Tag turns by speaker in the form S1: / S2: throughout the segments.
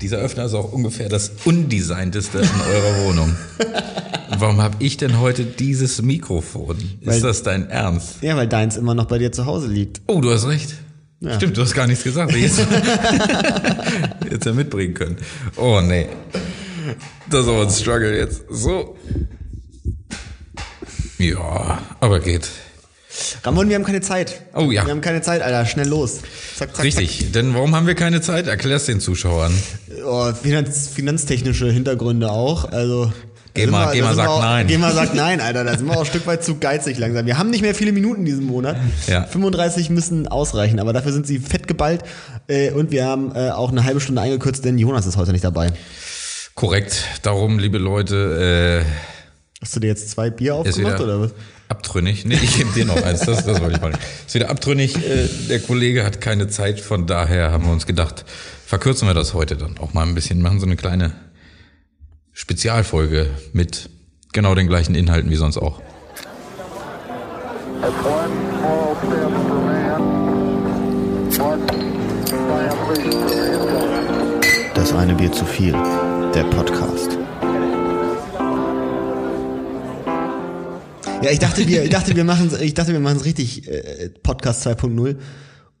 S1: Dieser Öffner ist auch ungefähr das undesignteste in eurer Wohnung. Warum habe ich denn heute dieses Mikrofon? Ist
S2: Weil-
S1: das dein Ernst?
S2: Ja, weil deins immer noch bei dir zu Hause liegt.
S1: Oh, du hast recht. Stimmt, du hast gar nichts gesagt. Jetzt, jetzt ja mitbringen können. Oh, nee. Das ist aber ein Struggle jetzt. So. Ja, aber geht.
S2: Ramon, wir haben keine Zeit.
S1: Oh ja.
S2: Wir haben keine Zeit, Alter. Schnell los. Zack, zack,
S1: Richtig, denn warum haben wir keine Zeit? Erklär's den Zuschauern.
S2: zack. Oh, Finanz, finanztechnische Hintergründe auch. Also. da sind
S1: GEMA-
S2: wir- da
S1: GEMA
S2: sind
S1: sagt
S2: wir auch,
S1: nein.
S2: GEMA sagt nein, Alter. Da sind wir auch ein Stück weit zu geizig langsam. Wir haben nicht mehr viele Minuten diesen Monat.
S1: Ja.
S2: 35 müssen ausreichen, aber dafür sind sie fett geballt. Äh, und wir haben äh, auch eine halbe Stunde eingekürzt, denn Jonas ist heute nicht dabei.
S1: Korrekt. Darum, liebe Leute,
S2: Hast du dir jetzt zwei Bier
S1: äh, ist
S2: aufgemacht
S1: wieder
S2: oder was?
S1: abtrünnig. Nee, ich gebe dir noch eins. Das, das wollte ich mal nicht. Ist wieder abtrünnig. Äh, der Kollege hat keine Zeit. Von daher haben wir uns gedacht, verkürzen wir das heute dann auch mal ein bisschen. Machen so eine kleine Spezialfolge mit genau den gleichen Inhalten wie sonst auch.
S3: That's one small step for man, one giant leap for mankind.
S2: Das eine Bier zu viel. Der Podcast. Ja, ich dachte, wir, ich dachte, wir machen ich dachte, wir machen es richtig äh, Podcast 2.0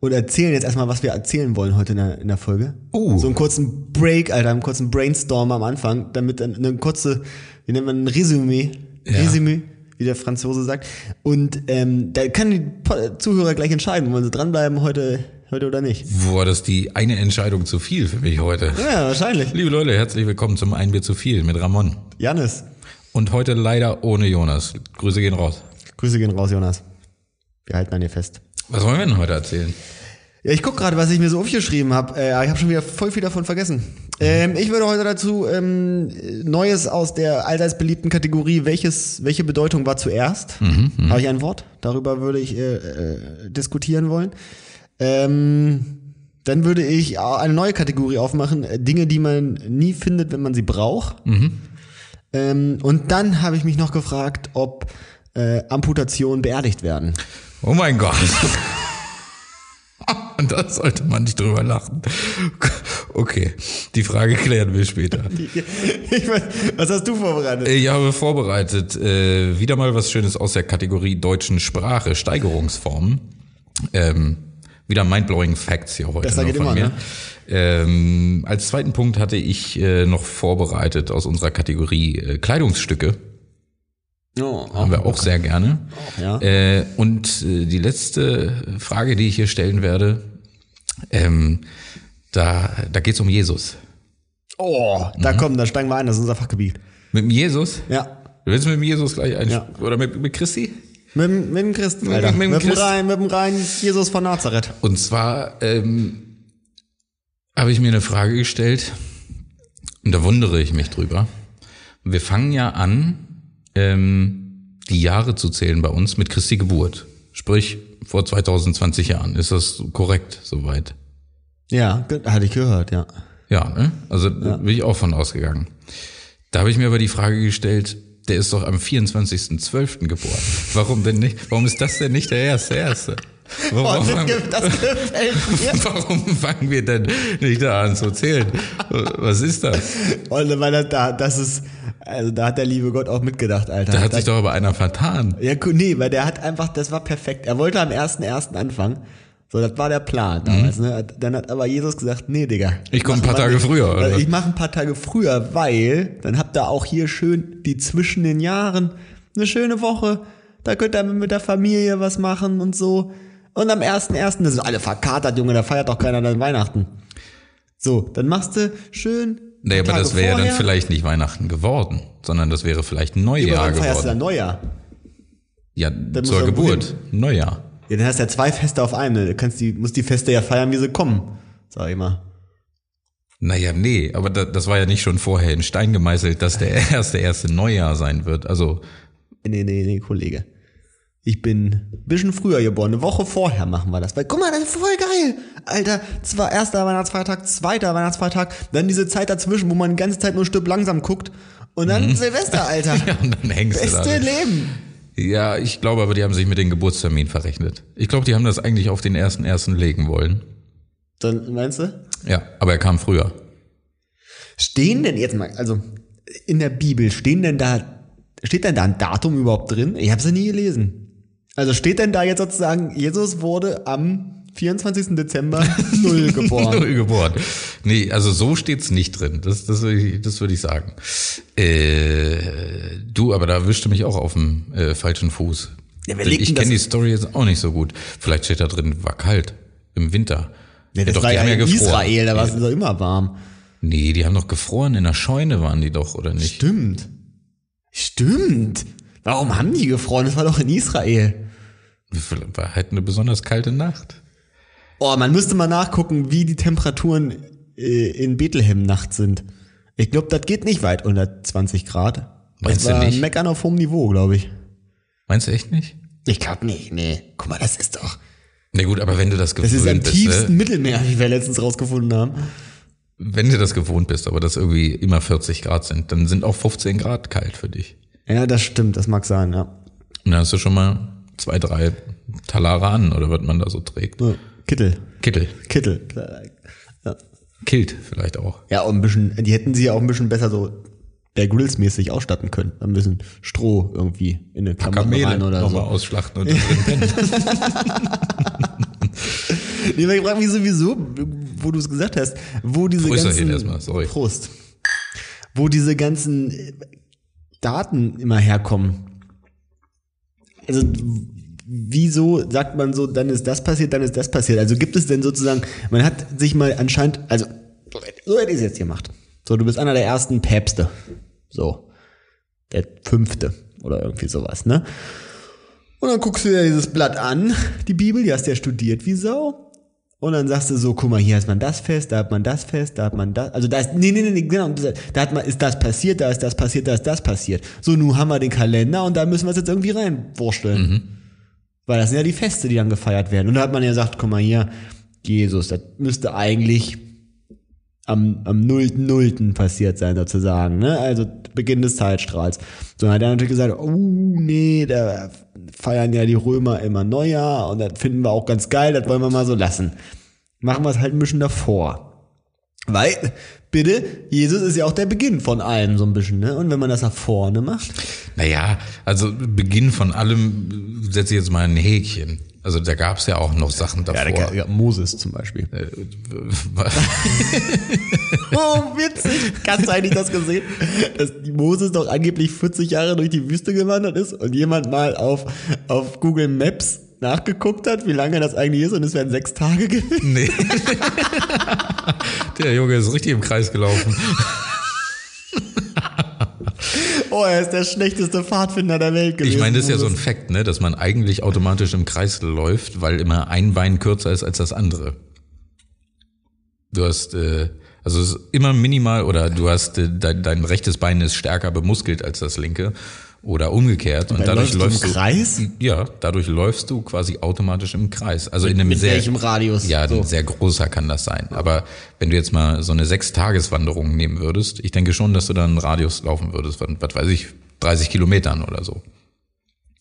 S2: und erzählen jetzt erstmal, was wir erzählen wollen heute in der, in der Folge.
S1: Uh.
S2: So einen kurzen Break, Alter, einen kurzen Brainstorm am Anfang, damit dann eine kurze, wie nennt man, ein Resümee,
S1: Ja.
S2: Resümee, wie der Franzose sagt. Und ähm, da können die Po- Zuhörer gleich entscheiden, wollen sie dranbleiben heute, heute oder nicht.
S1: War das die eine Entscheidung zu viel für mich heute?
S2: Ja, wahrscheinlich.
S1: Liebe Leute, herzlich willkommen zum Ein Bier zu viel mit Ramon.
S2: Janis,
S1: Und heute leider ohne Jonas. Grüße gehen raus.
S2: Grüße gehen raus, Jonas. Wir halten an dir fest.
S1: Was wollen wir denn heute erzählen?
S2: Ja, ich guck gerade, was ich mir so aufgeschrieben habe. Äh, ich habe schon wieder voll viel davon vergessen. Ähm, ich würde heute dazu ähm, Neues aus der allseits beliebten Kategorie, welches, welche Bedeutung war zuerst? habe ich ein Wort? Darüber würde ich äh, äh, diskutieren wollen. Ähm, dann würde ich au- eine neue Kategorie aufmachen, äh, Dinge, die man nie findet, wenn man sie braucht. Ähm, und dann habe ich mich noch gefragt, ob äh, Amputationen beerdigt werden.
S1: Oh mein Gott. Und da sollte man nicht drüber lachen. Okay, die Frage klären wir später.
S2: Ich weiß, was hast du vorbereitet?
S1: Ich habe vorbereitet äh, wieder mal was Schönes aus der Kategorie deutschen Sprache, Steigerungsformen. Ähm, wieder mindblowing Facts hier heute
S2: Besser
S1: nur
S2: geht
S1: von
S2: immer,
S1: mir.
S2: ne?
S1: Ähm, als zweiten Punkt hatte ich äh, noch vorbereitet aus unserer Kategorie äh, Kleidungsstücke.
S2: Oh,
S1: Haben wir auch sehr gerne.
S2: Ja.
S1: Äh, und äh, die letzte Frage, die ich hier stellen werde, ähm, da, da geht's um Jesus.
S2: Oh, da
S1: mhm.
S2: komm, da steigen wir ein, das ist unser Fachgebiet.
S1: Mit dem Jesus?
S2: Ja.
S1: Du willst mit dem Jesus gleich ein
S2: Ja.
S1: oder mit, mit Christi?
S2: Mit, dem- mit dem Christen, Alter.
S1: Mit
S2: Mit,
S1: dem
S2: dem
S1: Christ.
S2: Rhein, mit dem Rhein, Jesus von Nazareth.
S1: Und zwar ähm, habe ich mir eine Frage gestellt und da wundere ich mich drüber. Wir fangen ja an, ähm, die Jahre zu zählen bei uns mit Christi Geburt. Sprich, vor 2020 Jahren. Ist das korrekt soweit?
S2: Ja, gut, hatte ich gehört, ja.
S1: Ja, ne? also da bin ich auch von ausgegangen. Da habe ich mir aber die Frage gestellt, der ist doch am 24.12. geboren. Warum denn nicht? Warum ist das denn nicht der erste erste?
S2: Oh,
S1: Warum,
S2: das,
S1: warum,
S2: ge- das gefällt mir.
S1: warum fangen wir denn nicht da an zu zählen? Was ist das?
S2: Und weil das, da, das ist, also da hat der liebe Gott auch mitgedacht, Alter.
S1: Da hat sich doch aber einer vertan.
S2: ja, cool, nee, weil der hat einfach, das war perfekt. Er wollte am 1.1. anfangen. So, das war der Plan damals, ne? Hat- Dann hat aber Jesus gesagt, nee, Digga.
S1: Mhm. Ich komm ein
S2: mach
S1: paar
S2: mal
S1: Tage
S2: nicht.
S1: früher, oder
S2: Weil
S1: was?
S2: Ich mache ein paar Tage früher, weil dann habt ihr auch hier schön die zwischen den Jahren eine schöne Woche. Da könnt ihr mit der Familie was machen und so. Und am 1.1., das sind alle verkatert, Junge, da feiert doch keiner dann Weihnachten. So, dann machst du schön. ein
S1: Nee,
S2: paar
S1: aber
S2: Tage
S1: das wäre ja dann
S2: vorher.
S1: vielleicht nicht Weihnachten geworden, sondern das wäre vielleicht
S2: Aber
S1: Neujahr
S2: wann feierst
S1: geworden.
S2: du dann Neujahr?
S1: Ja,
S2: musst
S1: zur
S2: du irgendwo
S1: Geburt. Neujahr.
S2: Ja, dann hast du ja zwei Feste auf einmal. Du kannst die, musst die Feste ja feiern, wie sie kommen. Sag ich mal.
S1: Naja, nee, aber da, das war ja nicht schon vorher in Stein gemeißelt, dass der erste, erste Neujahr sein wird. Also,
S2: Nee, nee, nee, Kollege. Ich bin ein bisschen früher geboren. Eine Woche vorher machen wir das. Weil, guck mal, das ist voll geil. Alter, zwar erster Weihnachtsfeiertag, zweiter Weihnachtsfeiertag, dann diese Zeit dazwischen, wo man die ganze Zeit nur ein Stück langsam guckt. Und dann Silvester, Alter.
S1: ja, und dann hängst
S2: Beste
S1: du da.
S2: Leben.
S1: Ja, ich glaube aber, die haben sich mit dem Geburtstermin verrechnet. Ich glaube, die haben das eigentlich auf den ersten, ersten legen wollen.
S2: Dann meinst du?
S1: Ja, aber er kam früher.
S2: Stehen denn jetzt mal, also in der Bibel, stehen denn da, steht denn da ein Datum überhaupt drin? Ich habe sie nie gelesen. Also steht denn da jetzt sozusagen, Jesus wurde am 24. Dezember 0 geboren?
S1: Null geboren. Nee, also so steht's nicht drin. Das, das, würde ich- das würde ich sagen. Äh, du, aber da erwischte mich auch auf dem äh, falschen Fuß.
S2: Ja, wer
S1: Denn
S2: legt
S1: ich
S2: denn das-
S1: kenne die Story jetzt auch nicht so gut. Vielleicht steht da drin, war kalt im Winter.
S2: Ja, das
S1: doch,
S2: war
S1: die
S2: ja
S1: haben ja
S2: in
S1: gefroren.
S2: Israel, da war es doch immer warm.
S1: Nee, die haben doch gefroren. In der Scheune waren die doch, oder nicht?
S2: Stimmt. Stimmt. Warum haben die gefroren? Das war doch in Israel.
S1: War halt eine besonders kalte Nacht.
S2: Oh, man müsste mal nachgucken, wie die Temperaturen äh, in Bethlehem nachts sind. Ich glaube, das geht nicht weit unter 20 Grad.
S1: Meinst
S2: das
S1: du
S2: war
S1: nicht?
S2: Meckern auf hohem Niveau, glaube ich.
S1: Meinst du echt nicht?
S2: Ich glaube nicht, nee. Guck mal, das ist doch.
S1: Na gut, aber wenn du das
S2: Das
S1: gewohnt
S2: ist am
S1: bist,
S2: tiefsten
S1: ne?
S2: Mittelmeer, wie wir letztens rausgefunden haben.
S1: wenn du das gewohnt bist, aber das irgendwie immer 40 Grad sind, dann sind auch 15 Grad kalt für dich.
S2: Ja, das stimmt, das mag sein, ja.
S1: Und dann hast du schon mal zwei, drei Talare an oder was man da so trägt.
S2: Ja, Kittel.
S1: Kittel.
S2: Kittel. Ja.
S1: Kilt vielleicht auch.
S2: Ja, und ein bisschen, die hätten sie ja auch ein bisschen besser so Bear Grylls mäßig ausstatten können. Ein bisschen Stroh irgendwie in eine Klammer rein
S1: Kamele
S2: oder
S1: nochmal
S2: so.
S1: ausschlachten und da drin pennen.
S2: Nee, aber ich frage mich sowieso, wo du es gesagt hast, wo diese
S1: Prost
S2: ganzen
S1: dahin erstmal, sorry.
S2: Prost. Wo diese ganzen äh, Daten immer herkommen. Also w- wieso sagt man so, dann ist das passiert, dann ist das passiert? Also gibt es denn sozusagen, man hat sich mal anscheinend, also so hätte so hätte ich es jetzt gemacht. So, du bist einer der ersten Päpste. So. Der fünfte oder irgendwie sowas, ne? Und dann guckst du dir dieses Blatt an, die Bibel, die hast du ja studiert wie Sau. Und dann sagst du so, guck mal, hier hat man das fest, da hat man das fest, da hat man das. Also da ist, nee, nee, nee, nee, genau, da hat man, ist das passiert, da ist das passiert, da ist das passiert. So, nun haben wir den Kalender und da müssen wir es jetzt irgendwie reinwurschteln. Weil das sind ja die Feste, die dann gefeiert werden. Und da hat man ja gesagt, guck mal hier, Jesus, das müsste eigentlich am, am 0.0. passiert sein, sozusagen, ne? Also Beginn des Zeitstrahls. So dann hat er natürlich gesagt, oh nee, da feiern ja die Römer immer Neujahr und das finden wir auch ganz geil, das wollen wir mal so lassen. Machen wir es halt ein bisschen davor. Weil, bitte, Jesus ist ja auch der Beginn von allem so ein bisschen, ne? Und wenn man das nach vorne macht,
S1: Naja, also Beginn von allem setze ich jetzt mal ein Häkchen. Also da gab es ja auch noch Sachen davor. Äh,
S2: Moses zum Beispiel.
S1: Was?
S2: Oh, witzig. Hast du eigentlich das gesehen? Dass die Moses doch angeblich 40 Jahre durch die Wüste gewandert ist und jemand mal auf, auf Google Maps nachgeguckt hat, wie lange das eigentlich ist und es wären sechs Tage gewesen.
S1: nee. Der Junge ist richtig im Kreis gelaufen.
S2: Oh, er ist der schlechteste Pfadfinder der Welt gewesen.
S1: Ich meine, das ist ja so ein
S2: Moses.
S1: Fakt, ne, dass man eigentlich automatisch im Kreis läuft, weil immer ein Bein kürzer ist als das andere. Du hast, äh, also es ist immer minimal oder du hast, äh, dein, dein rechtes Bein ist stärker bemuskelt als das linke oder umgekehrt und
S2: Dann
S1: dadurch läufst
S2: läufst du
S1: du,
S2: im Kreis?
S1: ja, dadurch läufst du quasi automatisch im Kreis. Also in einem
S2: Mit
S1: sehr,
S2: welchem Radius?
S1: ja,
S2: So.
S1: ein sehr großer kann das sein. Aber wenn du jetzt mal so eine Sechstageswanderung nehmen würdest, ich denke schon, dass du dann einen Radius laufen würdest von, was weiß ich, 30 Kilometern oder so.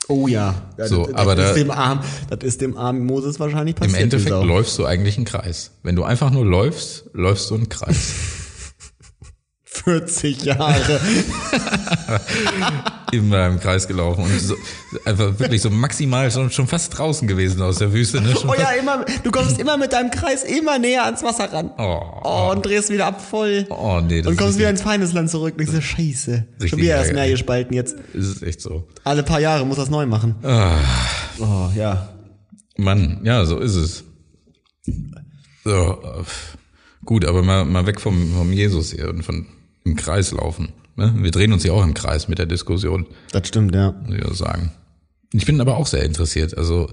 S2: Oh ja. ja
S1: So,
S2: das, das
S1: aber
S2: ist
S1: da-
S2: dem armen, das ist dem armen Moses wahrscheinlich passiert.
S1: Im Endeffekt
S2: die Sau.
S1: läufst du eigentlich einen Kreis. Wenn du einfach nur läufst, läufst du einen Kreis.
S2: 40 Jahre.
S1: Immer im Kreis gelaufen und so, einfach wirklich so maximal schon, schon fast draußen gewesen aus der Wüste. Ne? Schon
S2: Oh ja,
S1: fast,
S2: immer, du kommst immer mit deinem Kreis immer näher ans Wasser ran.
S1: Oh.
S2: oh und drehst wieder ab voll.
S1: oh nee, das
S2: Und kommst
S1: ist,
S2: wieder
S1: echt,
S2: ins feines Land zurück. Und ich so, scheiße.
S1: Richtig
S2: Schon wieder das
S1: ärgerlich.
S2: Meer gespalten jetzt.
S1: das ist echt so.
S2: Alle paar Jahre muss das neu machen.
S1: Ah.
S2: Oh, ja.
S1: Mann, ja, so ist es. So, äh, gut, aber mal, mal weg vom, vom Jesus hier und von im Kreis laufen. Ne? Wir drehen uns hier auch im Kreis mit der Diskussion.
S2: Das stimmt, ja.
S1: muss ich auch sagen. Ich bin aber auch sehr interessiert. Also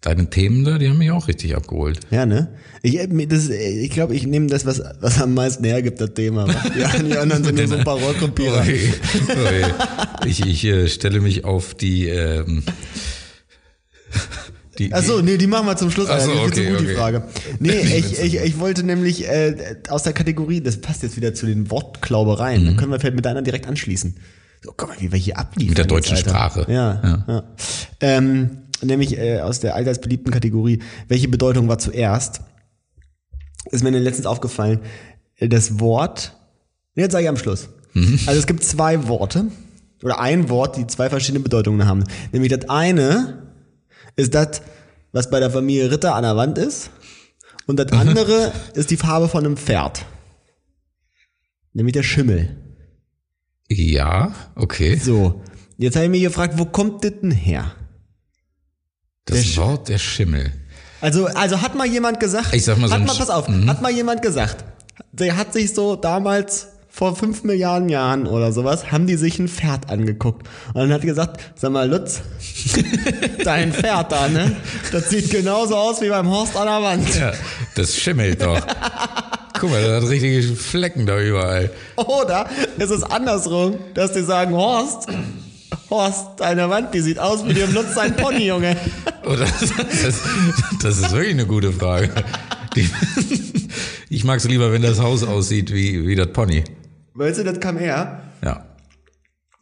S1: deine Themen da, die haben mich auch richtig abgeholt.
S2: Ja, ne? Ich, äh, mir das, äh, ich glaube, ich nehme das, was, was am meisten hergibt, das Thema. Ja, die anderen sind
S1: Genau.
S2: nur so ein paar Rohrkrepierer.
S1: Ui, ui. Ich, ich äh, stelle mich auf die. Ähm, die
S2: Achso, nee, die machen wir zum Schluss.
S1: Ach so,
S2: Alter, die ist
S1: okay,
S2: viel zu gut,
S1: okay.
S2: die Frage. Nee, ich,
S1: find's
S2: ich, ich wollte nämlich äh, aus der Kategorie, das passt jetzt wieder zu den Wortklaubereien,
S1: Mhm.
S2: dann können wir vielleicht mit deiner direkt anschließen. So, guck mal, wie wir hier abliefern.
S1: Mit der deutschen
S2: jetzt, Alter.
S1: Sprache.
S2: Ja,
S1: Ja.
S2: ja. Ähm, nämlich äh, aus der allseits beliebten Kategorie, welche Bedeutung war zuerst? Ist mir denn letztens aufgefallen, äh, das Wort Und jetzt sage ich am Schluss.
S1: Mhm.
S2: Also es gibt zwei Worte oder ein Wort, die zwei verschiedene Bedeutungen haben. Nämlich das eine ist das, was bei der Familie Ritter an der Wand ist. Und das andere ist die Farbe von einem Pferd. Nämlich der Schimmel.
S1: Ja, okay.
S2: So. Jetzt habe ich mich gefragt, wo kommt das denn her?
S1: Das
S2: Der Sch-
S1: Wort der Schimmel.
S2: Also, also hat mal jemand gesagt,
S1: Ich sag mal so
S2: hat
S1: ein
S2: mal,
S1: Sch-
S2: pass auf,
S1: Mhm.
S2: hat mal jemand gesagt, der hat sich so damals vor fünf Milliarden Jahren oder sowas, haben die sich ein Pferd angeguckt. Und dann hat die gesagt, sag mal, Lutz, dein Pferd da, ne? Das sieht genauso aus wie beim Horst an der Wand.
S1: Ja, das schimmelt doch. Guck mal, das hat richtige Flecken da überall.
S2: Oder es ist andersrum, dass die sagen, Horst, Horst, deine Wand, die sieht aus wie dem Lutz sein Pony, Junge.
S1: Oder das, das, das ist wirklich eine gute Frage. Die, ich mag es lieber, wenn das Haus aussieht wie, wie das Pony.
S2: Weißt du, das kam her.
S1: Ja.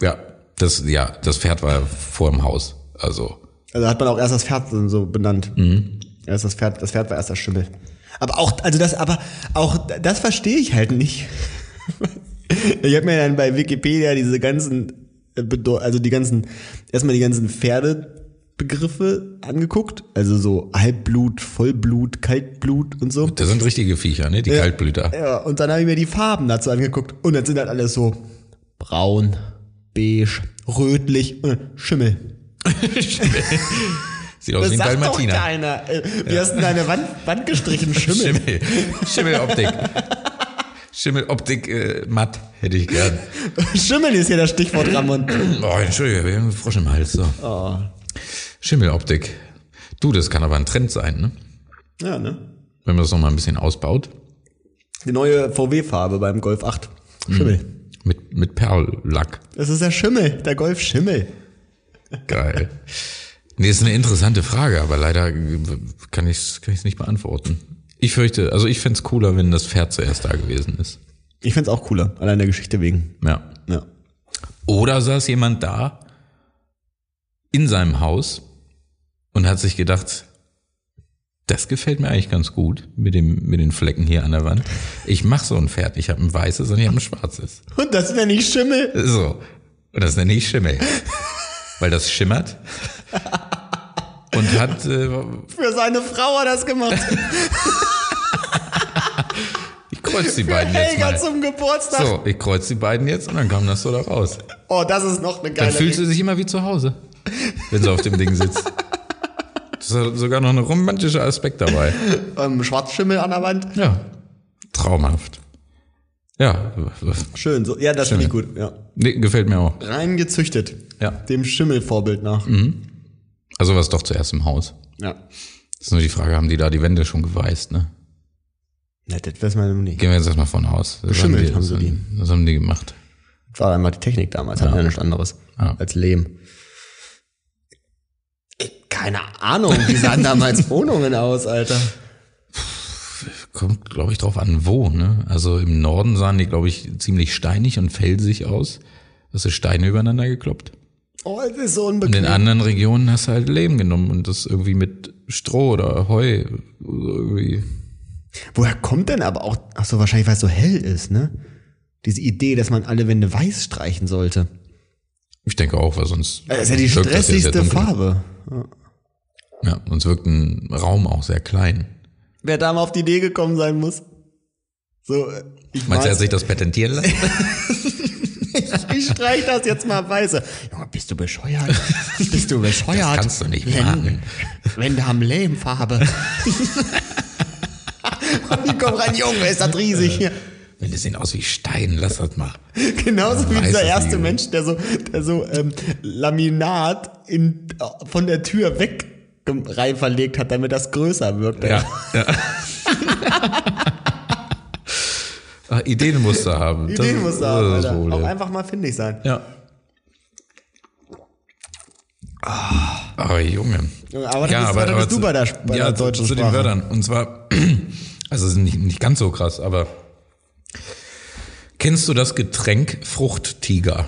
S1: Ja, das, ja, das Pferd war ja vor dem Haus. Also.
S2: Also hat man auch erst das Pferd so benannt. Erst das Pferd, das Pferd war erst das Schimmel. Aber auch, also das, aber auch das verstehe ich halt nicht. Ich habe mir dann bei Wikipedia diese ganzen, äh, Bedeu- also die ganzen, erstmal die ganzen Pferdebegriffe angeguckt. Also so Halbblut, Vollblut, Kaltblut und so.
S1: Das sind richtige Viecher, ne? Die Kaltblüter.
S2: Ja, und dann habe ich mir die Farben dazu angeguckt. Und dann sind halt alles so braun, beige, rötlich und Schimmel.
S1: Sieht aus wie ein
S2: sagt Doch
S1: Dalmatiner.
S2: keiner. Äh, Wie hast du denn deine Wand, Wand gestrichen? Schimmel.
S1: Schimmel. Schimmeloptik. Schimmeloptik äh, matt hätte ich gern.
S2: Schimmel ist hier das Stichwort, Ramon.
S1: Oh, Entschuldige, wir haben einen Frosch im Hals. So. Schimmeloptik. Du, das kann aber ein Trend sein, ne?
S2: Ja, ne?
S1: Wenn man das nochmal ein bisschen ausbaut.
S2: Die neue VW-Farbe beim Golf 8.
S1: Mhm.
S2: Schimmel.
S1: Mit, mit Perllack.
S2: Das ist der Schimmel, der Golf Schimmel.
S1: Geil. Nee, ist eine interessante Frage, aber leider äh, kann ich es kann ich's nicht beantworten. Ich fürchte, also ich fänd's cooler, wenn das Pferd zuerst da gewesen ist.
S2: Ich find's auch cooler, allein der Geschichte wegen.
S1: Ja.
S2: Ja.
S1: Oder saß jemand da in seinem Haus und hat sich gedacht, das gefällt mir eigentlich ganz gut mit, dem, mit den Flecken hier an der Wand. Ich mache so ein Pferd. Ich habe ein weißes und ich habe ein schwarzes.
S2: Und das nenne ich Schimmel.
S1: So. Und das nenne ich Schimmel. Weil das schimmert. Und hat, äh,
S2: Für seine Frau hat er das gemacht.
S1: ich kreuz die
S2: Für
S1: beiden jetzt
S2: Helga
S1: mal.
S2: zum Geburtstag.
S1: So, ich kreuz die beiden jetzt und dann kam das so da raus.
S2: Oh, das ist noch eine
S1: Dann
S2: geile
S1: fühlt sie sich immer wie zu Hause, wenn sie auf dem Ding sitzt. Das ist halt sogar noch ein romantischer Aspekt dabei.
S2: ähm, Schwarzschimmel an der Wand.
S1: Ja. Traumhaft. Ja.
S2: Schön, so. Ja, das finde ich gut. Ja.
S1: Nee, gefällt mir auch.
S2: Rein gezüchtet.
S1: Ja. Mhm.
S2: Dem Schimmelvorbild nach.
S1: Also was doch zuerst im Haus.
S2: Ja.
S1: Ist nur die Frage, haben die da die Wände schon geweißt, ne?
S2: Na, das weiß man nicht.
S1: Gehen wir jetzt erstmal von aus. Das
S2: Geschimmelt haben
S1: das
S2: sie die.
S1: Das haben die gemacht.
S2: war einmal halt die Technik damals, hatten ja nichts anderes
S1: Ja.
S2: als Lehm. Ich, keine Ahnung, wie sahen damals Wohnungen aus, Alter.
S1: Kommt, glaube ich, drauf an, wo, ne? Also im Norden sahen die, glaube ich, ziemlich steinig und felsig aus. Hast du Steine übereinander gekloppt?
S2: Oh, das ist so
S1: In den
S2: unbequem.
S1: anderen Regionen hast du halt Lehm genommen und das irgendwie mit Stroh oder Heu irgendwie.
S2: Woher kommt denn aber auch, ach so, wahrscheinlich, weil es so hell ist, ne? Diese Idee, dass man alle Wände weiß streichen sollte.
S1: Ich denke auch, weil sonst.
S2: Das ist ja die
S1: wirkt das ja sehr
S2: stressigste
S1: dunkel.
S2: Farbe.
S1: Ja, sonst wirkt ein Raum auch sehr klein.
S2: Wer da mal auf die Idee gekommen sein muss. So, äh, ich
S1: Meinst du, er hat
S2: weiß,
S1: sich das patentieren lassen?
S2: ich streich das jetzt mal weiße. Junge, bist du bescheuert? Bist du bescheuert?
S1: Das kannst du nicht
S2: Wenn,
S1: machen.
S2: Wände haben Lehmfarbe. Und die kommen rein, Junge, ist das riesig hier.
S1: Wenn das sehen aus wie Stein, lass das mal.
S2: Genauso wie
S1: Weiß
S2: dieser
S1: das
S2: erste
S1: nicht.
S2: Mensch, der so, der so ähm, Laminat in, von der Tür weg gem- rein verlegt hat, damit das größer wirkt.
S1: Ja. ja. Ach, Ah, Ideenmuster haben. Das-
S2: Ideen muss da haben,
S1: das ist das
S2: Alter. Auch
S1: Problem.
S2: einfach mal findig sein.
S1: Ja. Aber Ah, Junge.
S2: Junge, aber das bist- aber da bist du bei der Sp- bei
S1: ja,
S2: der
S1: zu-
S2: deutschen
S1: zu den
S2: Sprache.
S1: Wörtern. Und zwar, also es ist nicht, nicht ganz so krass, aber kennst du das Getränk Fruchttiger?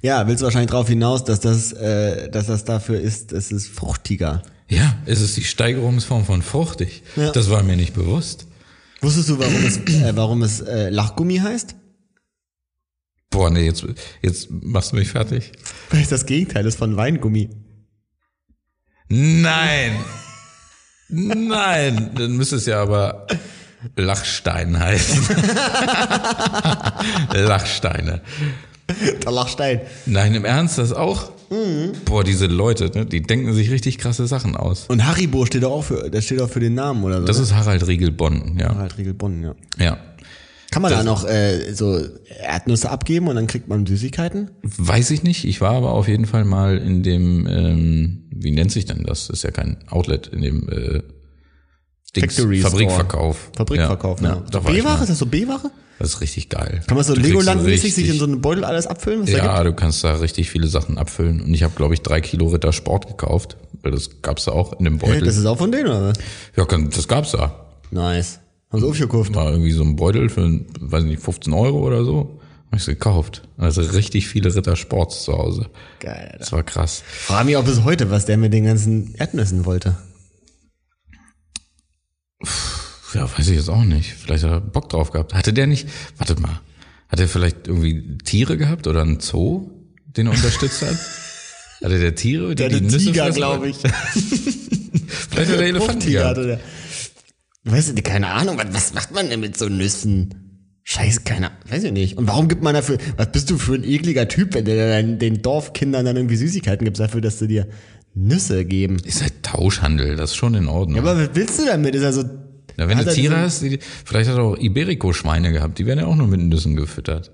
S2: Ja, willst du wahrscheinlich drauf hinaus, dass das, äh, dass das dafür ist, es ist fruchtiger.
S1: Ja, es ist die Steigerungsform von fruchtig.
S2: Ja.
S1: Das war mir nicht bewusst.
S2: Wusstest du, warum es, äh, warum es äh, Lachgummi heißt?
S1: Boah, nee, jetzt, jetzt machst du mich fertig.
S2: Das ist das Gegenteil, das ist von Weingummi.
S1: Nein! Nein! Dann müsste es ja aber Lachstein heißen. Lachsteine.
S2: Da Lachstein.
S1: Nein, im Ernst, das auch? Boah, diese Leute, ne, die denken sich richtig krasse Sachen aus.
S2: Und Haribo steht doch auch für, das steht auch für den Namen oder so.
S1: Das ist Harald Riegel Bonn, ja.
S2: halt Riegel Bonn, ja.
S1: Ja.
S2: Kann man da noch äh, so Erdnüsse abgeben und dann kriegt man Süßigkeiten?
S1: Weiß ich nicht. Ich war aber auf jeden Fall mal in dem, ähm, wie nennt sich denn das? Das ist ja kein Outlet, in dem äh, Dings,
S2: Factory Store.
S1: Fabrikverkauf.
S2: Fabrikverkauf, ja.
S1: da war ich
S2: B-Ware,
S1: mal.
S2: ist das so B-Ware?
S1: Das ist richtig geil.
S2: Kann man so
S1: Du kriegst
S2: Legoland-mäßig sich in
S1: richtig-
S2: so einen Beutel alles abfüllen, was da
S1: Ja, du kannst da richtig viele Sachen abfüllen. Und ich habe, glaube ich, drei Kilo Ritter Sport gekauft. Weil das gab's da auch in dem
S2: gibt? Äh,
S1: Beutel.
S2: Das ist auch von denen, oder? was?
S1: ja, kann- das gab's da.
S2: Nice. Haben sie aufgekauft.
S1: war irgendwie so ein Beutel für, weiß nicht, 15 Euro oder so. Hab ich's gekauft. Also richtig viele Ritter Sports zu Hause.
S2: Geil, Alter.
S1: Das war krass.
S2: Frag mich auch bis heute, was der mit den ganzen Erdnüssen wollte.
S1: Ja, weiß ich jetzt auch nicht. Vielleicht hat er Bock drauf gehabt. Hatte der nicht, wartet mal, hat er vielleicht irgendwie Tiere gehabt oder einen Zoo, den er unterstützt hat? Hatte der Tiere, die, die Nüsse fressen?
S2: ich.
S1: Vielleicht hat er Elefanten
S2: Fruchttiger
S1: gehabt.
S2: hatte der. Weißt du, keine Ahnung, was, was macht man denn mit so Nüssen? Scheiß, keine Ahnung, weiß ich nicht. Und warum gibt man dafür, was bist du für ein ekliger Typ, wenn du dann den Dorfkindern dann irgendwie Süßigkeiten gibst, dafür, dass du dir Nüsse geben?
S1: Ist halt Tauschhandel, das ist schon in Ordnung.
S2: Aber was willst du damit? Ist also,
S1: Na, wenn
S2: hat
S1: du
S2: er
S1: Tiere
S2: diesen-
S1: hast, die, vielleicht hat er auch Iberico-Schweine gehabt, die werden ja auch nur mit Nüssen gefüttert.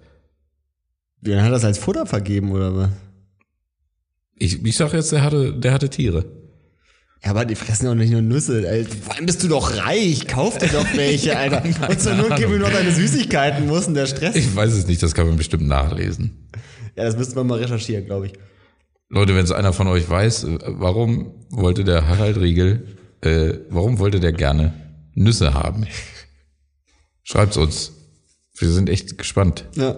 S2: Dann hat er das als Futter vergeben oder was?
S1: Ich, ich sag jetzt, der hatte, der hatte Tiere.
S2: Ja, aber die fressen auch nicht nur Nüsse. Alter. Vor allem bist du doch reich, kauf dir doch welche, Alter. Und zur Not gib ihm noch deine Süßigkeiten, wo ist denn der Stress?
S1: Ich weiß es nicht, das kann man bestimmt nachlesen.
S2: Ja, das müssten wir mal recherchieren, glaube ich.
S1: Leute, wenn es einer von euch weiß, äh, warum wollte der Harald Riegel, äh, warum wollte der gerne Nüsse haben? Schreibt's uns. Wir sind echt gespannt.
S2: Ja.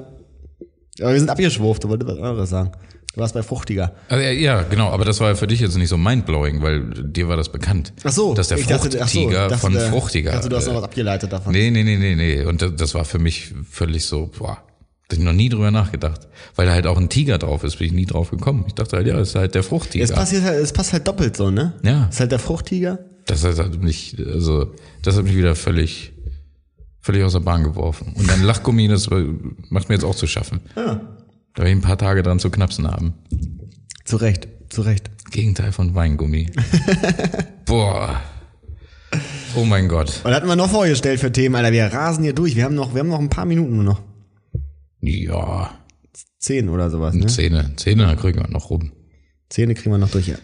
S2: Aber wir sind abgeschwurft, du wolltest was anderes sagen. Du warst bei Fruchtiger.
S1: Also, ja, ja, genau, aber das war ja für dich jetzt nicht so mindblowing, weil dir war das bekannt. Dass der
S2: ich dachte,
S1: Fruchtiger
S2: ach so, dachte,
S1: von
S2: der-
S1: Fruchtiger.
S2: Dachte, du hast
S1: äh,
S2: noch was abgeleitet davon.
S1: Nee, nee, nee, nee, nee. Und das, das war für mich völlig so, boah, hab ich noch nie drüber nachgedacht. Weil da halt auch ein Tiger drauf ist, bin ich nie drauf gekommen. Ich dachte halt, ja, das ist halt der Fruchtiger.
S2: Es, passiert halt, es passt halt doppelt so, ne?
S1: Ja.
S2: Ist halt der Fruchtiger.
S1: Das hat halt mich, also, das hat mich wieder völlig, völlig aus der Bahn geworfen. Und dann Lachgummi, das macht mir jetzt auch zu schaffen. Da werde ich ein paar Tage dran zu knapsen haben.
S2: Zu Recht, zu Recht.
S1: Gegenteil von Weingummi. Boah. Oh mein Gott.
S2: Und hatten wir noch vorgestellt für Themen, Alter. Wir rasen hier durch. Wir haben noch, wir haben noch ein paar Minuten nur noch.
S1: Ja.
S2: Zehn oder sowas, ne?
S1: Zähne. Zähne kriegen wir noch rum.
S2: Zähne kriegen wir noch durch, ja.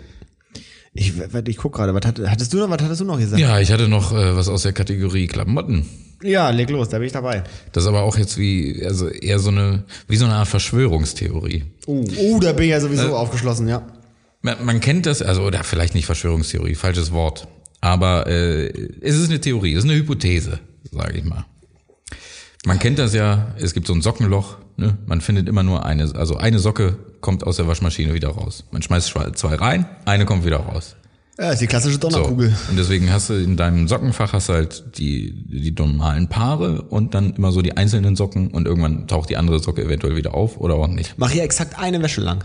S2: Ich, warte, ich guck gerade, was hat, hattest du noch, was hattest du noch gesagt?
S1: Ja, ich hatte noch äh, was aus der Kategorie Klamotten.
S2: ja, leg los, da bin ich dabei.
S1: Das ist aber auch jetzt wie, also eher so eine, wie so eine Art Verschwörungstheorie.
S2: Oh, oh da bin ich ja sowieso
S1: Äh.
S2: aufgeschlossen, ja.
S1: Man, man kennt das, also oder vielleicht nicht Verschwörungstheorie, falsches Wort. Aber äh, es ist eine Theorie, es ist eine Hypothese, sage ich mal. Man kennt das ja, es gibt so ein Sockenloch, ne? man findet immer nur eine, also eine Socke kommt aus der Waschmaschine wieder raus. Man schmeißt schwa- zwei rein, eine kommt wieder raus.
S2: Ja, ist die klassische
S1: So.
S2: Donnerkugel.
S1: Und deswegen hast du in deinem Sockenfach hast du halt die, die normalen Paare und dann immer so die einzelnen Socken und irgendwann taucht die andere Socke eventuell wieder auf oder auch nicht.
S2: Mach hier exakt eine Wäsche lang.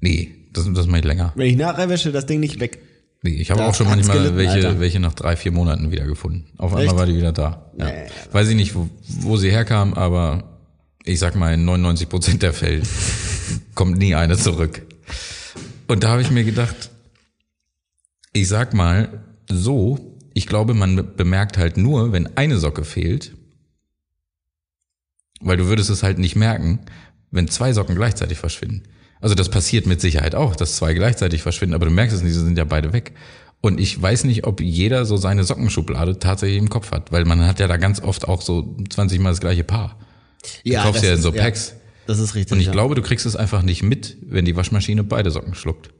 S1: Nee, das, das mache ich länger.
S2: Wenn ich nachher wäsche, das Ding nicht weg.
S1: Nee, ich habe
S2: Da
S1: auch schon
S2: hat's
S1: manchmal
S2: gelitten,
S1: welche,
S2: Alter.
S1: welche nach drei, vier Monaten wiedergefunden. Auf einmal
S2: Echt?
S1: war die wieder da. Ja. Weiß ich nicht, wo, wo sie herkam, aber ich sag mal, in 99 Prozent der Fälle kommt nie eine zurück. Und da habe ich mir gedacht, ich sag mal, so, ich glaube, man be- bemerkt halt nur, wenn eine Socke fehlt, weil du würdest es halt nicht merken, wenn zwei Socken gleichzeitig verschwinden. Also das passiert mit Sicherheit auch, dass zwei gleichzeitig verschwinden, aber du merkst es nicht, sie sind ja beide weg. Und ich weiß nicht, ob jeder so seine Sockenschublade tatsächlich im Kopf hat, weil man hat ja da ganz oft auch so 20 mal das gleiche Paar.
S2: Ja,
S1: kaufst
S2: das
S1: ja in so
S2: ist-
S1: Packs.
S2: das ist richtig.
S1: Und ich
S2: ja.
S1: glaube, du kriegst es einfach nicht mit, wenn die Waschmaschine beide Socken schluckt.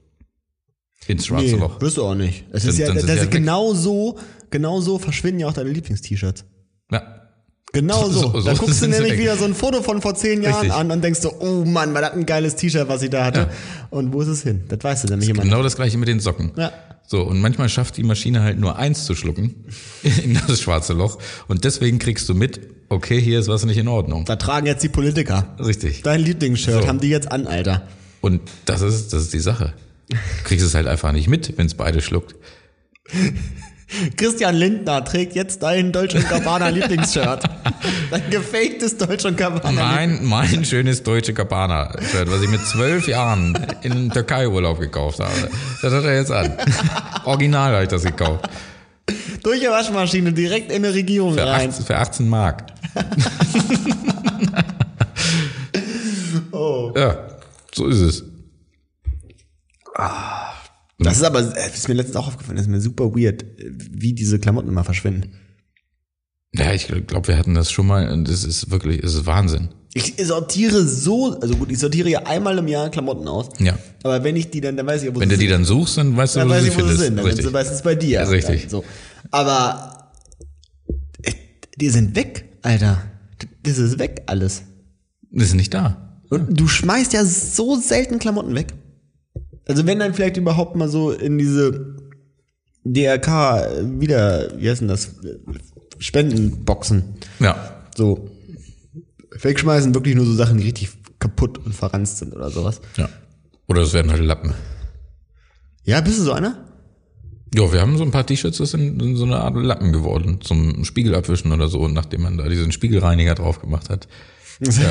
S1: Ins schwarze
S2: nee,
S1: Loch.
S2: wirst du auch nicht. Es ist
S1: Dann-
S2: ja,
S1: dann
S2: das
S1: sind die
S2: ist
S1: halt weg.
S2: genau so, genau so verschwinden ja auch deine Lieblingst-T-Shirts.
S1: Ja.
S2: Genau so.
S1: So- so
S2: da guckst du
S1: sind sie
S2: nämlich
S1: weg.
S2: wieder so ein Foto von vor zehn Jahren
S1: Richtig.
S2: an und denkst so, oh Mann, war das ein geiles T-Shirt, was ich da hatte. Und wo ist es hin? Das weißt du nämlich immer. nicht.
S1: Genau das gleiche mit den Socken.
S2: Ja.
S1: So, und manchmal schafft die Maschine halt nur eins zu schlucken in das schwarze Loch. Und deswegen kriegst du mit, okay, hier ist was nicht in Ordnung.
S2: Da tragen jetzt die Politiker.
S1: Richtig.
S2: Dein Lieblingsshirt
S1: So.
S2: haben die jetzt an, Alter.
S1: Und das ist, das ist die Sache. Du kriegst es halt einfach nicht mit, wenn es beide schluckt.
S2: Christian Lindner trägt jetzt dein Deutsch und Gabbana Lieblingsshirt. Dein gefaktes Deutsch und Gabbana.
S1: Mein, mein schönes deutsche Cabana-Shirt, was ich mit zwölf Jahren in den Türkei-Urlaub gekauft habe. Das hat er jetzt an. Original habe ich das gekauft.
S2: Durch die Waschmaschine direkt in die Regierung
S1: Für
S2: rein.
S1: 18, für 18 Mark.
S2: Oh.
S1: Ja, so ist es.
S2: Das ist aber, äh, ist mir letztens auch aufgefallen, das ist mir super weird, äh, wie diese Klamotten immer verschwinden.
S1: Ja, ich glaube, wir hatten das schon mal und es ist wirklich, es ist Wahnsinn.
S2: Ich sortiere so, also gut, ich sortiere ja einmal im Jahr Klamotten aus.
S1: Ja.
S2: Aber wenn ich die dann, dann weiß ich, ja, wo
S1: Wenn
S2: sie
S1: du die
S2: sind.
S1: dann suchst, dann weißt du,
S2: dann
S1: wo du
S2: weiß
S1: sie
S2: ich, wo sie
S1: findest.
S2: sind. Dann sind
S1: Richtig.
S2: sie meistens bei dir.
S1: Ja, richtig.
S2: Dann, so. Aber äh, die sind weg, Alter. D- Das ist weg alles.
S1: Das ist nicht da.
S2: Und du schmeißt ja so selten Klamotten weg. Also wenn dann vielleicht überhaupt mal so in diese DRK äh, wieder, wie heißt denn das? Äh, Spendenboxen.
S1: Ja.
S2: So. Wegschmeißen wirklich nur so Sachen, die richtig kaputt und verranzt sind oder sowas.
S1: ja. Oder es werden halt Lappen.
S2: Ja, bist du so einer?
S1: Ja, wir haben so ein paar T-Shirts, das sind, sind so eine Art Lappen geworden, zum Spiegel abwischen oder so, nachdem man da diesen Spiegelreiniger drauf gemacht hat. Ja.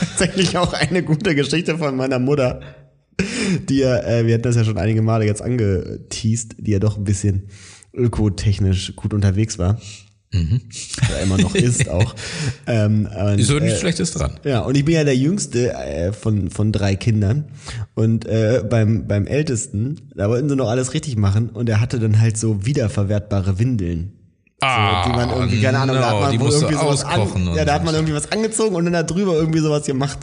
S2: tatsächlich auch eine gute Geschichte von meiner Mutter, die ja, äh, wir hatten das ja schon einige Male jetzt angeteased, die ja doch ein bisschen ökotechnisch gut unterwegs war. Oder immer noch ist auch. Ähm, und,
S1: Mhm. Ist so
S2: äh,
S1: nichts Schlechtes dran.
S2: ja, und ich bin ja der Jüngste äh, von, von drei Kindern. Und äh, beim, beim Ältesten, da wollten sie noch alles richtig machen. Und er hatte dann halt so wiederverwertbare Windeln.
S1: Ah,
S2: die man irgendwie, keine Ahnung, da hat man
S1: die
S2: wohl
S1: musst du
S2: irgendwie sowas
S1: auskochen.
S2: an,
S1: und
S2: Ja, da hat
S1: so.
S2: man irgendwie was angezogen und dann da drüber irgendwie sowas gemacht.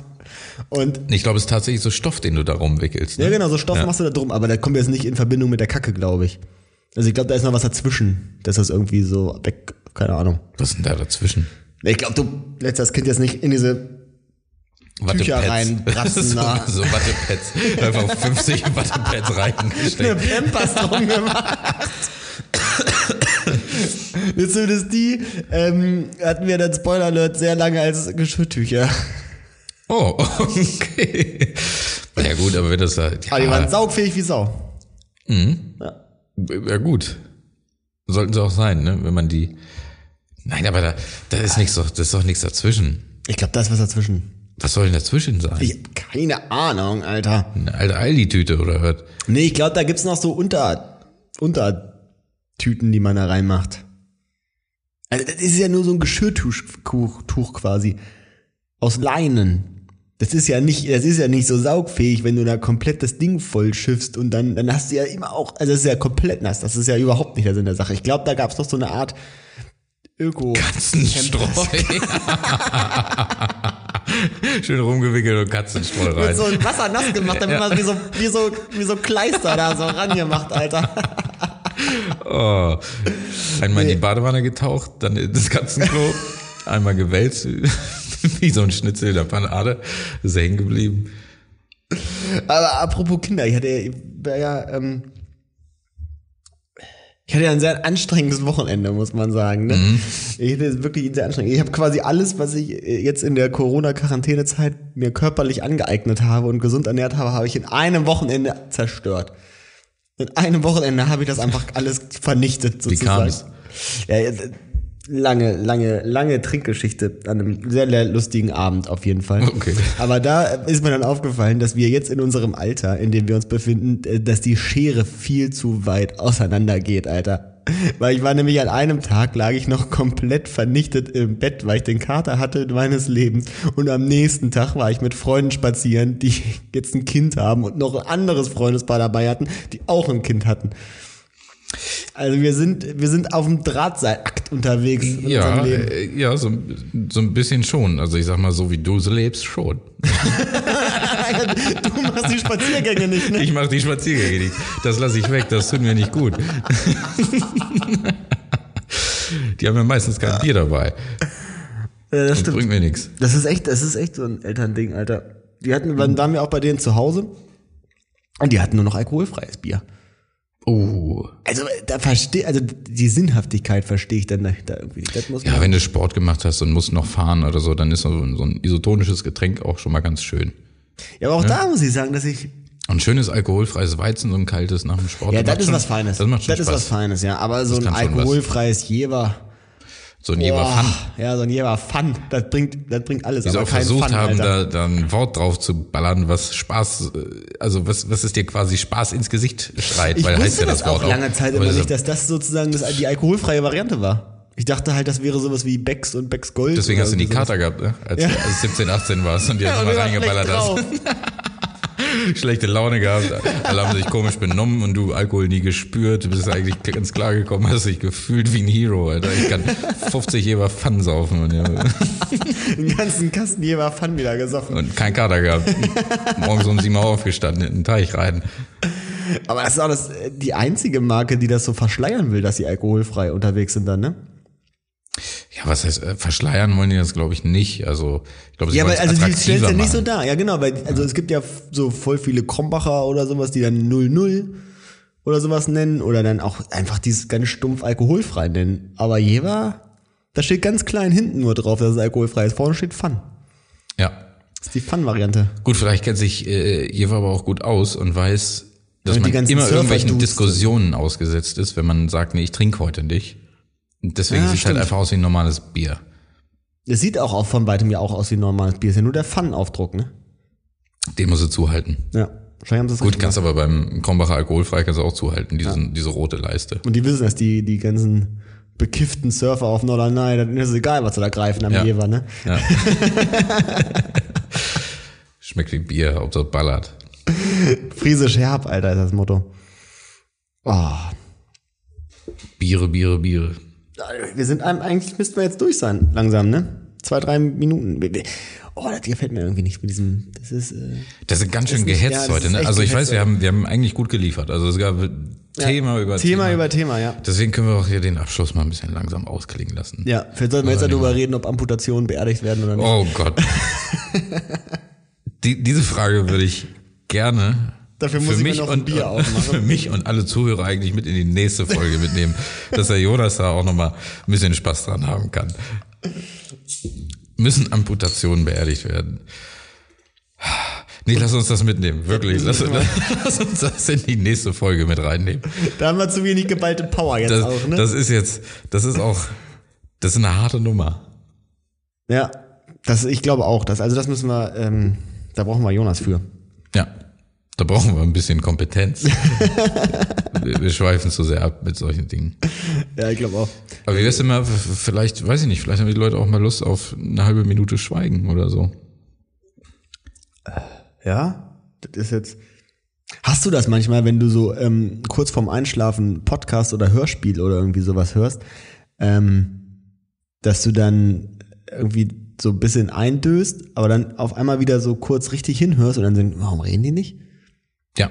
S2: Und
S1: ich glaube, es ist tatsächlich so Stoff, den du da rumwickelst. Ne?
S2: ja, genau, so Stoff machst du da drum, aber da kommen wir jetzt nicht in Verbindung mit der Kacke, glaube ich. Also ich glaube, da ist noch was dazwischen, dass das irgendwie so weg, keine Ahnung.
S1: Was ist denn da dazwischen?
S2: Ich glaube, du lässt das Kind jetzt nicht in diese, Tücher
S1: Wattepads.
S2: reinbratzen,
S1: so,
S2: na.
S1: so Wattepads. Einfach 50 Wattepads
S2: eine
S1: reingesteckt.
S2: Pampers drum gemacht. Jetzt sind es die, ähm, hatten wir dann Spoiler Alert sehr lange als Geschirrtücher.
S1: Oh, okay. Ja gut, aber wenn das da... Ja,
S2: Aber die waren saugfähig wie Sau.
S1: Ja gut. Sollten sie auch sein, ne? Wenn man die. Nein, aber da, da ist nichts, doch- das ist doch nichts dazwischen.
S2: Ich glaube, da ist was dazwischen.
S1: Was soll denn dazwischen sein?
S2: Ich hab keine Ahnung, Alter.
S1: Eine alte Aldi-Tüte oder hört.
S2: Nee, ich glaube, da gibt's noch so Unter, Untertüten, die man da reinmacht. Also, das ist ja nur so ein Geschirrtuch Kuch- Tuch quasi. Aus Leinen. Das ist ja nicht, das ist ja nicht so saugfähig, wenn du da komplett das Ding voll schiffst und dann, dann hast du ja immer auch, also das ist ja komplett nass. Das ist ja überhaupt nicht der Sinn der Sache. Ich glaube, da gab's noch so eine Art Öko.
S1: Katzenstreu. Schön rumgewickelt und Katzenstreu rein.
S2: Mit so ein Wasser nass gemacht, damit man wie so, wie so, wie so Kleister da so rangemacht, Alter.
S1: Oh. Einmal in die Badewanne getaucht, dann in das Katzenklo. Einmal gewälzt, wie so ein Schnitzel in der Panade. Ist er hängen geblieben.
S2: Aber apropos Kinder, ich hatte ja- ich war ja, ähm, ich hatte ja ein sehr anstrengendes Wochenende, muss man sagen. Ne? Ich hatte jetzt wirklich ein sehr anstrengend. Ich habe quasi alles, was ich äh, jetzt in der Corona-Quarantänezeit mir körperlich angeeignet habe und gesund ernährt habe, habe ich in einem Wochenende zerstört. In einem Wochenende habe ich das einfach alles vernichtet sozusagen.
S1: kam's?
S2: Ja, jetzt, äh, lange, lange, lange Trinkgeschichte an einem sehr, sehr lustigen Abend auf jeden Fall.
S1: Okay.
S2: Aber da ist mir dann aufgefallen, dass wir jetzt in unserem Alter, in dem wir uns befinden, äh, dass die Schere viel zu weit auseinander geht, Alter. Weil ich war nämlich an einem Tag, lag ich noch komplett vernichtet im Bett, weil ich den Kater hatte meines Lebens. Und am nächsten Tag war ich mit Freunden spazieren, die jetzt ein Kind haben und noch ein anderes Freundespaar dabei hatten, die auch ein Kind hatten. Also wir sind, wir sind auf dem Drahtseilakt unterwegs in
S1: Ja,
S2: unserem Leben.
S1: äh, ja so, so ein bisschen schon. Also ich sag mal, so wie du so lebst, schon.
S2: Du machst die Spaziergänge nicht, ne?
S1: Ich mache die Spaziergänge nicht. Das lasse ich weg, das tut mir nicht gut. Die haben ja meistens kein Bier dabei.
S2: Ja, das
S1: Das bringt mir nichts.
S2: Äh, Das ist echt, das ist echt so ein Elternding, Alter. Die hatten, dann waren wir auch bei denen zu Hause und die hatten nur noch alkoholfreies Bier.
S1: Oh.
S2: Also da verstehe, also die Sinnhaftigkeit verstehe ich dann da irgendwie nicht. Das muss man-
S1: Ja, wenn du Sport gemacht hast und musst noch fahren oder so, dann ist so ein, so ein isotonisches Getränk auch schon mal ganz schön.
S2: ja, aber auch da muss ich sagen, dass ich
S1: Und ein schönes alkoholfreies Weizen, so ein kaltes nach dem Sport.
S2: ja, das
S1: macht
S2: ist
S1: schon-
S2: was Feines.
S1: Das macht schon
S2: ist was
S1: Spaß.
S2: Feines, ja. Aber so ein
S1: kann schon was.
S2: alkoholfreies Jever.
S1: so ein Jever
S2: Boah,
S1: Fun.
S2: Ja, so ein Jever Fun. Das bringt, das bringt alles.
S1: Die sie
S2: aber
S1: auch
S2: kein
S1: versucht
S2: Fun,
S1: haben, da,
S2: Alter.
S1: da ein Wort drauf zu ballern, was Spaß, äh, also was, was es dir quasi Spaß ins Gesicht schreit,
S2: Ich
S1: weil heißt
S2: wusste
S1: ja
S2: das,
S1: das, Wort
S2: auch lange Zeit
S1: Aber
S2: immer
S1: so-
S2: nicht, dass das sozusagen das, die alkoholfreie Variante war. Ich dachte halt, das wäre sowas wie Becks und Becks Gold.
S1: Deswegen
S2: oder
S1: hast du die
S2: irgendwie sowas.
S1: Kater gehabt, ne? als, du als 17, 18 warst und dir
S2: Ja,
S1: ja,
S2: und
S1: mal
S2: wir waren schlecht
S1: reingeballert hast.
S2: drauf.
S1: Schlechte Laune gehabt, alle haben sich komisch benommen und du Alkohol nie gespürt, bist eigentlich ganz klar gekommen, hast dich gefühlt wie ein Hero, Alter. Ich kann 50 Jeber Pfann saufen und, ja,
S2: Den ganzen Kasten Jever Fun wieder gesoffen.
S1: und kein Kater gehabt. Morgens um sieben Uhr aufgestanden, in den Teich rein.
S2: Aber das ist auch das, äh, die einzige Marke, die das so verschleiern will, dass sie alkoholfrei unterwegs sind dann, ne?
S1: Ja, was heißt, äh, verschleiern wollen die das, glaube ich, nicht. Also, ich glaube, sie
S2: Ja,
S1: wollen
S2: weil
S1: es
S2: also die stellst
S1: attraktiver
S2: ja nicht so
S1: machen.
S2: da. Ja, genau, weil also es gibt ja f- so voll viele Krombacher oder sowas, die dann 00 oder sowas nennen oder dann auch einfach dieses ganz stumpf alkoholfrei nennen. Aber Jever, da steht ganz klein hinten nur drauf, dass es alkoholfrei ist. Vorne steht Fun.
S1: Ja.
S2: Das ist die Fun-Variante.
S1: Gut, vielleicht kennt sich äh, Jeva aber auch gut aus und weiß, dass
S2: Und die
S1: man
S2: ganzen
S1: immer irgendwelchen
S2: Surfer-Dudes
S1: Diskussionen ausgesetzt ist, wenn man sagt, nee, ich trinke heute nicht. Und deswegen
S2: Ja,
S1: sieht es halt
S2: Ah, stimmt.
S1: einfach aus wie ein normales Bier.
S2: Das sieht auch, auch von weitem ja auch aus wie ein normales Bier. Ist ja nur der Fun-Aufdruck, ne?
S1: Den musst du zuhalten.
S2: Ja, wahrscheinlich haben sie das
S1: Gut,
S2: richtig
S1: kannst aber beim Krombacher Alkoholfrei kannst du auch zuhalten, diesen, diese rote Leiste.
S2: Und die wissen, dass die, die ganzen bekifften Surfer auf Norderney, dann ist es egal, was sie da greifen am
S1: Ja.
S2: Jever, ne?
S1: Schmeckt wie Bier, ob das ballert.
S2: Friesisch herb, Alter, ist das Motto. Oh.
S1: Biere, Biere, Biere.
S2: Wir sind am- eigentlich müssten wir jetzt durch sein, langsam, ne? Zwei, drei Minuten. Wir- wir- Oh, das gefällt mir irgendwie nicht mit diesem. Das ist. Äh,
S1: Das ist ganz schön
S2: nicht- ja,
S1: gehetzt
S2: das
S1: heute.
S2: ist
S1: Ne?
S2: echt
S1: Also ich
S2: gehetzt,
S1: weiß, wir
S2: ja.
S1: haben, wir haben eigentlich gut geliefert. Also es gab Thema über
S2: Thema, über Thema, ja.
S1: Deswegen können wir auch hier den Abschluss mal ein bisschen langsam ausklingen lassen.
S2: Ja, vielleicht sollten wir jetzt
S1: Also
S2: darüber reden, ob Amputationen beerdigt werden oder nicht.
S1: Oh Gott. Die, diese Frage würde ich gerne
S2: Dafür muss
S1: für
S2: ich mir
S1: mich
S2: noch ein
S1: und,
S2: Bier
S1: und,
S2: aufmachen.
S1: für mich und alle Zuhörer eigentlich mit in die nächste Folge mitnehmen, dass der Jonas da auch nochmal ein bisschen Spaß dran haben kann. Müssen Amputationen beerdigt werden? Nee, lass uns das mitnehmen, wirklich. Lass, lass uns das in die nächste Folge mit reinnehmen.
S2: Da haben wir zu wenig geballte Power jetzt
S1: Oh. Das,
S2: auch, ne?
S1: das ist jetzt, das ist auch, das ist eine harte Nummer.
S2: ja, das, ich glaube auch. Das, also das müssen wir. Ähm, da brauchen wir Jonas für.
S1: Ja, da brauchen wir ein bisschen Kompetenz. wir, wir schweifen zu sehr ab mit solchen Dingen.
S2: Ja, ich glaube auch.
S1: Aber wie wär's denn mal, f- vielleicht, weiß ich nicht, vielleicht haben die Leute auch mal Lust auf eine halbe Minute Schweigen oder so.
S2: Ja, das ist jetzt. Hast du das manchmal, wenn du so ähm, kurz vorm Einschlafen Podcast oder Hörspiel oder irgendwie sowas hörst, ähm, dass du dann irgendwie so ein bisschen eindöst, aber dann auf einmal wieder so kurz richtig hinhörst und dann denkst, warum reden die nicht?
S1: Ja.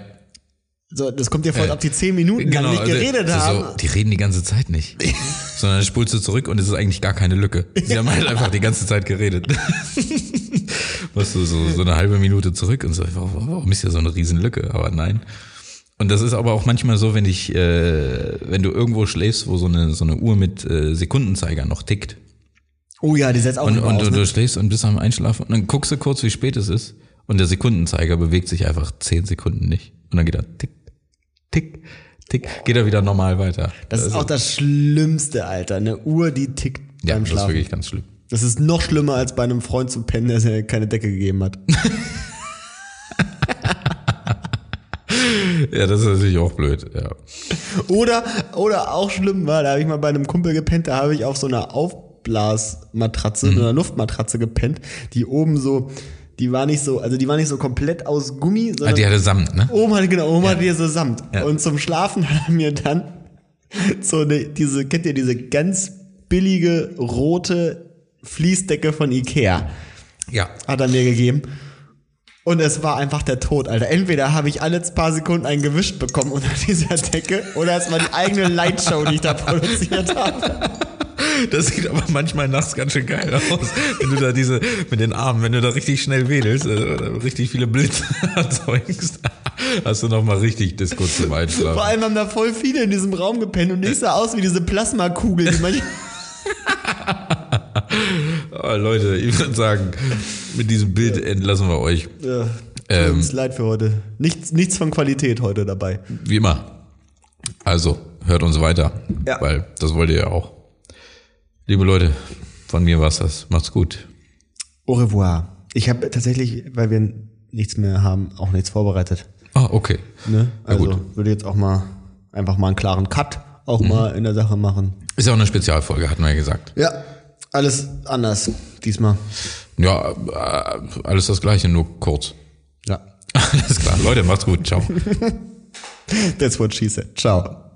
S2: So, das kommt dir vor, als
S1: Äh,
S2: ob die zehn Minuten lang nicht
S1: also,
S2: geredet
S1: das ist
S2: haben.
S1: So, die reden die ganze Zeit nicht. Sondern dann spulst du zurück und es ist eigentlich gar keine Lücke. Sie haben halt einfach die ganze Zeit geredet. Machst du so, so eine halbe Minute zurück und so, warum warum ist ja so eine Riesenlücke? Aber nein. Und das ist aber auch manchmal so, wenn ich, äh, wenn du irgendwo schläfst, wo so eine, so eine Uhr mit äh, Sekundenzeiger noch tickt.
S2: oh ja, die setzt auch
S1: Und,
S2: immer
S1: und
S2: aus,
S1: du,
S2: ne?
S1: du schläfst und bist am Einschlafen und dann guckst du kurz, wie spät es ist. Und der Sekundenzeiger bewegt sich einfach zehn Sekunden nicht. Und dann geht er tick, tick, tick, geht er wieder normal weiter.
S2: Das ist auch das Schlimmste, Alter. Eine Uhr, die tickt
S1: also ja,
S2: beim
S1: das ist
S2: Schlafen.
S1: wirklich ganz schlimm.
S2: Das ist noch schlimmer als bei einem Freund zu pennen, der dir keine Decke gegeben hat.
S1: Ja, das ist natürlich auch blöd. Ja.
S2: Oder, oder auch schlimm war, da habe ich mal bei einem Kumpel gepennt, da habe ich auf so einer Aufblasmatratze,
S1: Mhm.
S2: so einer Luftmatratze gepennt, die oben so, die war nicht so, also die war nicht so komplett aus Gummi,
S1: Ah,
S2: sondern
S1: die hatte Samt, ne?
S2: oben hatte, genau, oben hatte die so Samt.
S1: Ja.
S2: Und zum Schlafen hat er mir dann so eine, diese, kennt ihr diese ganz billige rote Fließdecke von Ikea?
S1: Ja.
S2: hat er mir gegeben. Und es war einfach der Tod, Alter. Entweder habe ich alle paar Sekunden einen gewischt bekommen unter dieser Decke oder es war die eigene Lightshow, die ich da produziert habe.
S1: Das sieht aber manchmal nachts ganz schön geil aus, wenn du da diese, mit den Armen, wenn du da richtig schnell wedelst, äh, richtig viele Blitze erzeugst. Hast du noch mal richtig Disco zum
S2: Vor
S1: Einschlafen?
S2: allem haben da voll viele in diesem Raum gepennt und ich sah aus wie diese Plasmakugel. Die manchmal-
S1: Oh, Leute, ich würde sagen, mit diesem Bild entlassen wir euch.
S2: ja, tut uns leid für heute. Nichts, nichts von Qualität heute dabei.
S1: Wie immer. Also, hört uns weiter.
S2: Ja.
S1: Weil das wollt ihr ja auch. Liebe Leute, von mir war's das. Macht's gut.
S2: Au revoir. Ich habe tatsächlich, weil wir nichts mehr haben, auch nichts vorbereitet.
S1: Ah, okay.
S2: Ne?
S1: Na
S2: Also
S1: gut.
S2: würde jetzt auch mal einfach mal einen klaren Cut auch mal in der Sache machen.
S1: Ist ja auch eine Spezialfolge, hatten wir ja gesagt.
S2: Ja, alles anders diesmal.
S1: Ja, äh, alles das Gleiche, nur kurz.
S2: Ja.
S1: Alles klar. Leute, macht's gut. Ciao.
S2: That's what she said. Ciao.